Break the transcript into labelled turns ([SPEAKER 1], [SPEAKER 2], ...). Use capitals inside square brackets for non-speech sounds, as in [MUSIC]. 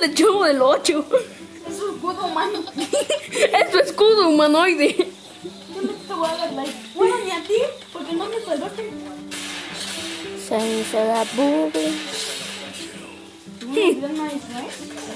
[SPEAKER 1] del chavo del 8.
[SPEAKER 2] Es un escudo humano.
[SPEAKER 1] [LAUGHS] Es su escudo humanoide.
[SPEAKER 2] Yo no te voy a dar like. Bueno, ni a ti, porque no me salvaste.
[SPEAKER 1] Se hizo la
[SPEAKER 2] ¿Tú me das más likes?